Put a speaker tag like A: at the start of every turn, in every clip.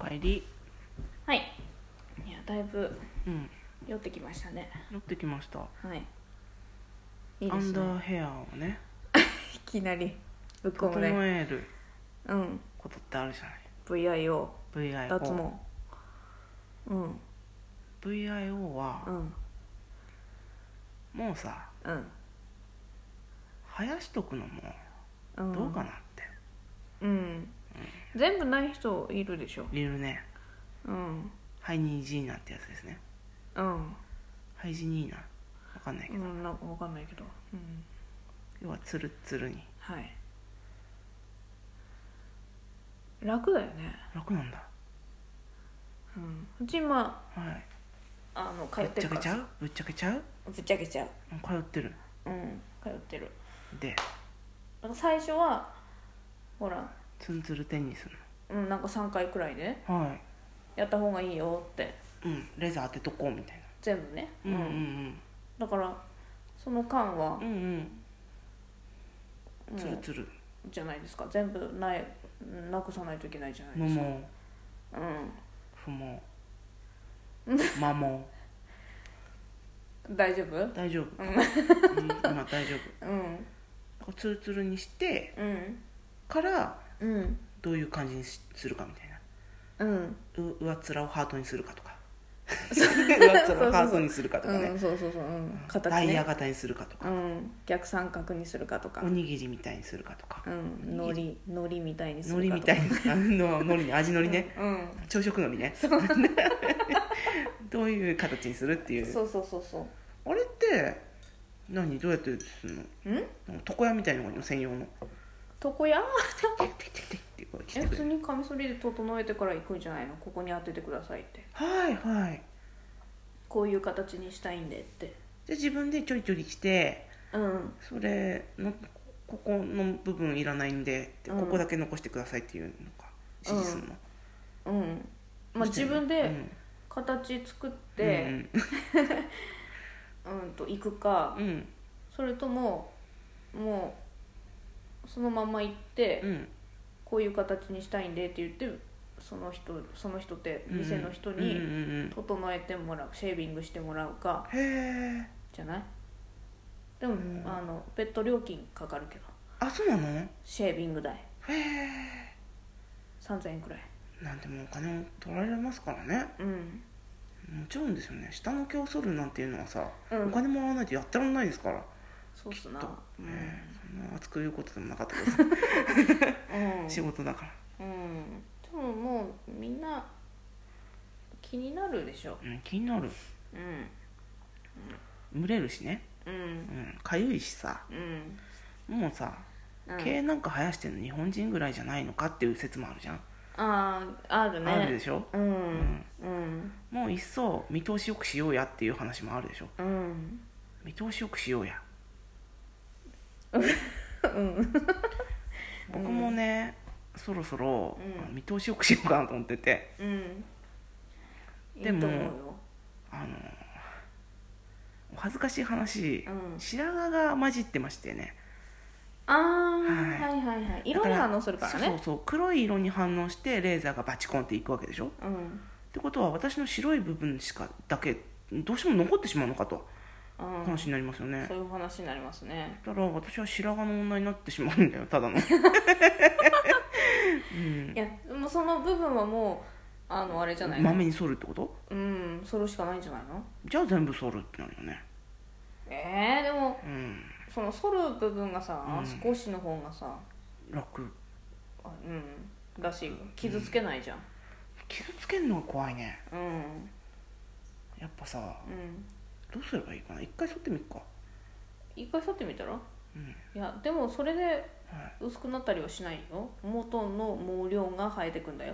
A: 帰り
B: はいいやだいぶ
A: うん
B: 酔ってきましたね
A: 寄ってきました
B: はいいい
A: ア
B: です
A: ンダ
B: ね
A: ーヘアをね
B: いきなりぶっこむ
A: 整
B: ね
A: える
B: うん
A: ことってあるじゃ
B: VIO
A: ない
B: 脱
A: VIO
B: 毛うん
A: VIO
B: う
A: は
B: ん
A: もうさ
B: うん
A: 生やしとくのも
B: うん
A: どうかなって、
B: うん全部ない人いるでしょ
A: いるね
B: うん
A: ハイニージーナってやつですね
B: うん
A: ハイジニーナわかんないけ
B: う
A: ど、
B: んなんかわかんないけどうん
A: 要はツルッツルに
B: はい楽だよね
A: 楽なんだ
B: うんうち今
A: はい
B: あの通
A: ぶ
B: っ
A: ってちゃ
B: る
A: け
B: か
A: ち
B: ら
A: ゃうぶっちゃけちゃう
B: ぶっちゃけちゃう
A: うん通ってる
B: うん通ってる
A: で
B: なんか最初はほら、
A: ツンツルテニス
B: うん、なんか3回くらいね
A: のは
B: やった方がいいよって
A: いうんレザー当てとこうみたいな
B: 全部ね、
A: うんうん
B: だからその間は
A: うんうんうん
B: もう
A: ツルツル
B: じゃないですか全部ないなくさないといけないじゃない
A: も
B: ですか
A: も不毛 摩耗
B: うん大丈夫う
A: 大丈夫、
B: う
A: うんん、今大丈夫
B: ん
A: だからツルツルにして
B: うん
A: から
B: うん
A: どういう感じにしするかみたいな
B: うん
A: う上っ面をハートにするかとか上っ面
B: そう
A: をハートにするかとかね
B: うんそうそうそう、うん、形
A: ダイヤ
B: ね、
A: 型にするかとか、
B: うん、逆三角にするかとか
A: おにぎりみたいにするかとか
B: う、んのりのりみたいにする
A: 海苔
B: か
A: み
B: と
A: た
B: か
A: いなあの海苔に味のりね、
B: うん、
A: 朝食のりね どういう形にするってい
B: うん、
A: う
B: そうそうそうそ
A: あれって何どうやってするの
B: ううん
A: なんか床屋みたいなのがいいの専用の
B: 床屋
A: テッテッテッテッってこう来
B: え
A: て
B: 普
A: くれ
B: 通
A: る
B: にカミソリで整えてから行くんじゃないのここに当ててくださいって
A: はいはい
B: こういう形にしたいんでって
A: で自分でちょいちょい来て
B: うん
A: それのここの部分いらないんでって
B: うん
A: ここだけ残してくださいっていうのか指示するの、
B: うんまあ自分
A: う
B: で
A: ん
B: 形作ってうん、と行くか
A: うんうん
B: それとももうそのまま行って、
A: うん
B: こういう形にしたいんでって言ってその人その人って
A: うん
B: 店の人
A: うんう
B: に
A: んうん
B: 整えてもらうシェービングしてもらうか
A: へえ
B: じゃないでも、
A: ん
B: あのペット料金かかるけど
A: あそうなのへ
B: シェービング代
A: え
B: 3000円くらい
A: なんてもうお金を取られますからね
B: うん
A: もちろんですよね下の毛を剃るなんていうのはさ、
B: うん
A: お金もらわないとやってらんないですから、
B: そうっすな
A: きっと
B: うん、
A: ねえそんな熱く言うことでもなかったけどさ
B: うん
A: 仕事だから
B: うんでももうみんな気になるでしょ
A: うん、気になる
B: うん
A: 蒸れるしね
B: うん
A: うんかゆいしさ
B: うん
A: もうさ
B: うん
A: 毛なんか生やしてるの日本人ぐらいじゃないのかっていう説もあるじゃん、
B: あああるね
A: あるでしょ
B: うんうん
A: もういっそ見通しよくしようやっていう話もあるでしょ
B: うん
A: 見通しよくしようや
B: うん
A: 僕もね、そろそろ、
B: うん
A: あの見通しよくしようかなと思ってて
B: うん
A: でも
B: いいと思うよ
A: あのお恥ずかしい話、
B: うん
A: 白髪が混じってましてね
B: あ
A: はい
B: ーはいはいはい色に
A: だら
B: 反応するから
A: そう
B: ね
A: そう黒い色に反応してレーザーがバチコンっていくわけでしょ
B: うん
A: ってことは私の白い部分しかだけどうしても残ってしまうのかと
B: うん
A: 話になりますよね、
B: そういう話になりますね
A: だから私は白髪の女になってしまうんだよただのうん
B: いやでもその部分はもうあのあれじゃない
A: ま
B: の
A: めに剃るってこと
B: うんそれしかないんじゃないの
A: じゃあ全部剃るってなるよね
B: えー、でも
A: うん
B: その反る部分がさ、
A: うん
B: 少しの方がさ
A: 楽
B: あうんだし傷つけないじゃん
A: 傷つけるのが怖いね
B: うん
A: やっぱさ
B: うん
A: どうすればいいかな一回剃ってみっか
B: 一回剃ってみたら
A: うん
B: いやでもそれで
A: はい
B: 薄くなったりはしないよ元の毛量が生えてくんだよ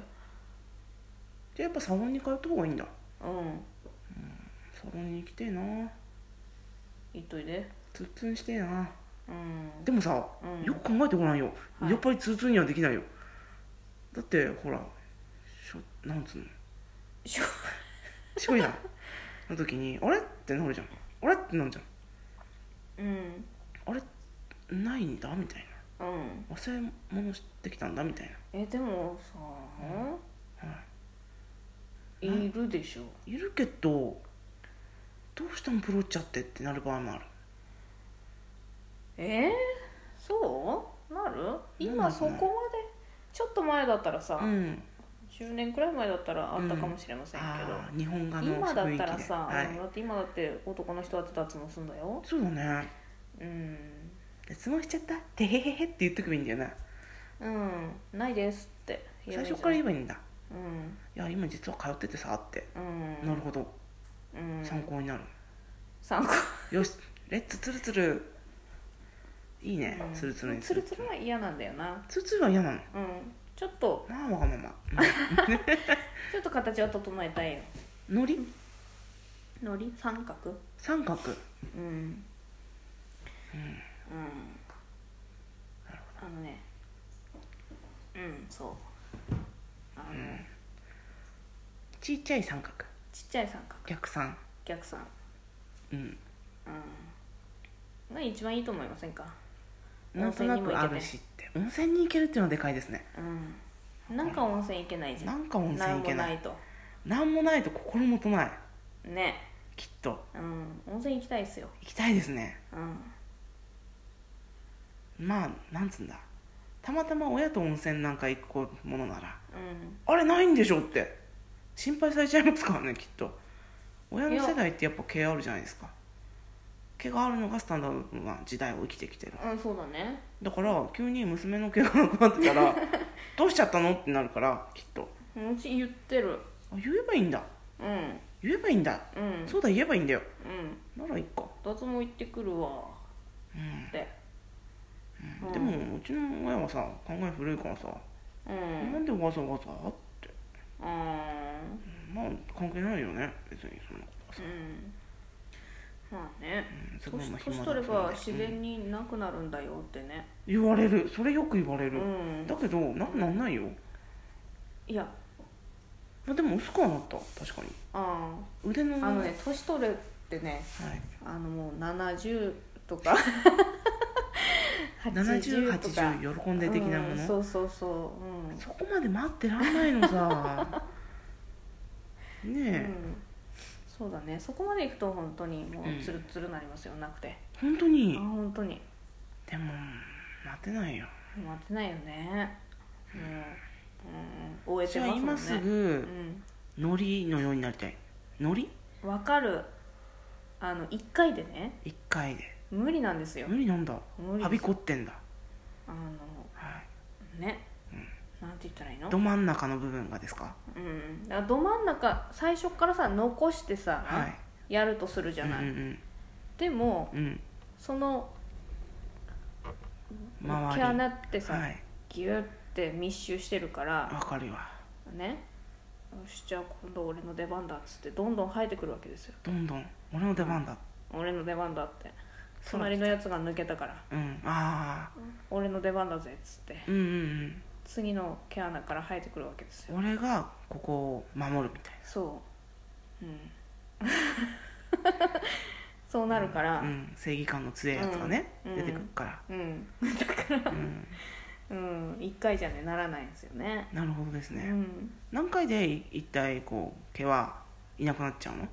A: じゃあやっぱサロンに通った方がいいんだ
B: うん
A: サロンに行きてえな
B: 言っといで
A: ツッツンしてえな
B: うん
A: でもさ、
B: うん
A: よく考えてごらんよ、
B: はい
A: やっぱりツーツーにはできないよだってほらしょなんつうの
B: しょ
A: しょいなの時にあれってなるじゃんあれってなるじ
B: うん
A: ゃんあれないんだみたい
B: うん
A: な忘れ物してきたんだみたい
B: えでもさ、
A: な、はい、
B: いるでしょ
A: いるけどどうしてもブロっちゃってってなる場合もある
B: えー、そうなる今
A: なんだ
B: そ
A: ろ
B: こ
A: う
B: ま
A: ね
B: でちょっと前だったらさ、
A: うん
B: 10年くらい前だったらあったかもしれませんけど、
A: ああ日本画の
B: 今だっ
A: 雰囲気
B: た
A: で
B: らさ、
A: は
B: あの
A: い
B: だって今だって男の人だって脱毛すんだよ
A: そうだね
B: うん
A: 脱毛しちゃったてへへへって言っとけばいいんだよね
B: うんないですって言えば
A: 最
B: いいじゃん
A: 初から言えばいいんだ
B: うん
A: いや今実は通っててさって
B: うん
A: なるほど
B: うん
A: 参考になる
B: 参考
A: よしレッツツルツルいいね
B: うん
A: ツルツルに
B: ツ
A: す
B: ル
A: る
B: ツルは嫌なんだよな
A: ツルツルは嫌なの
B: うんちょっと
A: まあわがまま
B: ちょっと形は整えたいよ
A: のり
B: のり三角
A: 三角
B: うんうんあのねうんそうあの、
A: ちっちゃい三角
B: ちっちゃい三角
A: 逆三
B: 逆三
A: うん
B: うんが一番いいと思いませんか
A: なんとなくあるしって温泉に行けるっていうのはでかいですね
B: うんなんか温泉行けないじゃ
A: なんんか温泉行け
B: んも
A: な
B: ないいと
A: なんもないと心もとない
B: ね
A: きっと
B: うん温泉行きたいですよ
A: 行きたいですね
B: うん
A: まあなんつうんだたまたま親と温泉なんか行くものなら
B: うん
A: あれないんでしょって心配されちゃいますからねきっと親の世代ってやっぱ毛あるじゃないですか毛があるのがスタンダードな時代を生きてきてる
B: うんそうだね
A: だから急に娘の毛がなくなってた らどうしちゃったのってなるからきっと
B: うち言ってる
A: あ言えばいいんだ
B: うん
A: 言えばいいんだ
B: うん
A: そうだ言えばいいんだよ
B: うん
A: ならいいか
B: 脱毛行ってくるわってうん
A: でもうちの親はさ考え古いからさ、
B: うん
A: なんでわざわざって
B: うん
A: まあ関係ないよね別にそんなことはさ
B: うんまあね
A: うんすごい
B: 年
A: 今
B: 年
A: 暇
B: 取
A: だ
B: れ
A: けど
B: ば
A: ね
B: 自然になくなるんだよってね
A: 言われるそれよく言われ
B: う
A: る、
B: ん
A: だけどなくなんないよ、
B: いや
A: まあ、でも薄くはなった確かに
B: あ
A: 腕の
B: ーあのね年取るってね
A: はい、
B: あのもう70とか80とか
A: 7080喜んで的なも
B: うん
A: の、
B: そうそうそううん、
A: そこまで待ってらんないの さ
B: う
A: ねえ
B: ん、そうだねそこまでいくと本当にも
A: うん
B: うツルツルなりますよ、なくて
A: 本当
B: あ
A: に
B: 本当に
A: でも待てないよ
B: 待てないよねもう、うん、終え
A: じ
B: て
A: ゃあ今
B: ます
A: す
B: もんね
A: ぐ海苔のようになりたい海苔
B: うん、わかるあの1回でね
A: 一回で
B: 無理なんですよ
A: 無理なんだ
B: 無理
A: はびこってんだ、
B: あ
A: は
B: のね、なんて言ったらいいの
A: い、ど真ん中の部分がですか
B: うん、だからど真ん中最初からさ残してさ、
A: はい
B: やるとするじゃな
A: う
B: い、
A: ん
B: でも
A: うんうん
B: その
A: うん周り
B: 毛穴ってさ、
A: はい
B: ギュッて密集してるから
A: わかるわ
B: ねよしじゃあ今度俺の出番だっつってどんどん生えてくるわけですよ
A: どんどん俺の出番だ
B: 俺の出番だって
A: そう
B: 隣のやつが抜けたから
A: うんああ
B: 俺の出番だぜっつって
A: うんうん
B: 次の毛穴から生えてくるわけですよ
A: うん俺がここを守るみたい
B: そううん そうなる
A: な、
B: から
A: うん、正義感の強いやつがね、
B: うん
A: 出てくるから、
B: うん
A: うん、
B: うん一回じゃねならないんですよね
A: なるほどです
B: う
A: ね、
B: ん
A: 何回で一体こう毛はいなくなっちゃうの、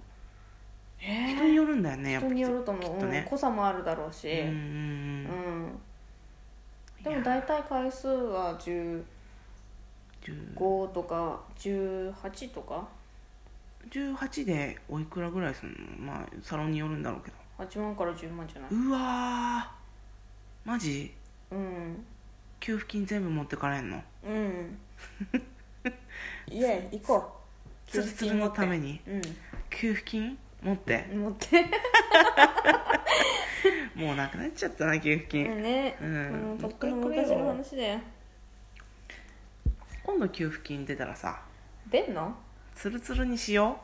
B: え
A: 人によるんだよねやっぱ
B: 人によると思
A: きっ
B: う、
A: とね
B: うん、濃さもあるだろうし、
A: うんうん
B: うん
A: うん
B: でも大体回数は15
A: 10
B: とか18とか
A: 18でおいくらぐらいするのまあサロンによるんだろうけど
B: 8万から10万じゃないう
A: わーマジ
B: うん
A: 給付金全部持ってかれんの
B: うんイエイ行こう
A: ツルツルのため
B: に
A: に
B: うん
A: 給付金持って
B: 持って
A: もうなくなっちゃったな給付金
B: ね
A: う
B: うんん
A: も
B: と
A: う
B: っ
A: 一
B: く
A: 回
B: の
A: くれ
B: 昔の
A: よ
B: 話だよ
A: 今度給付金出たらさ
B: 出んの
A: ツルツルにしよ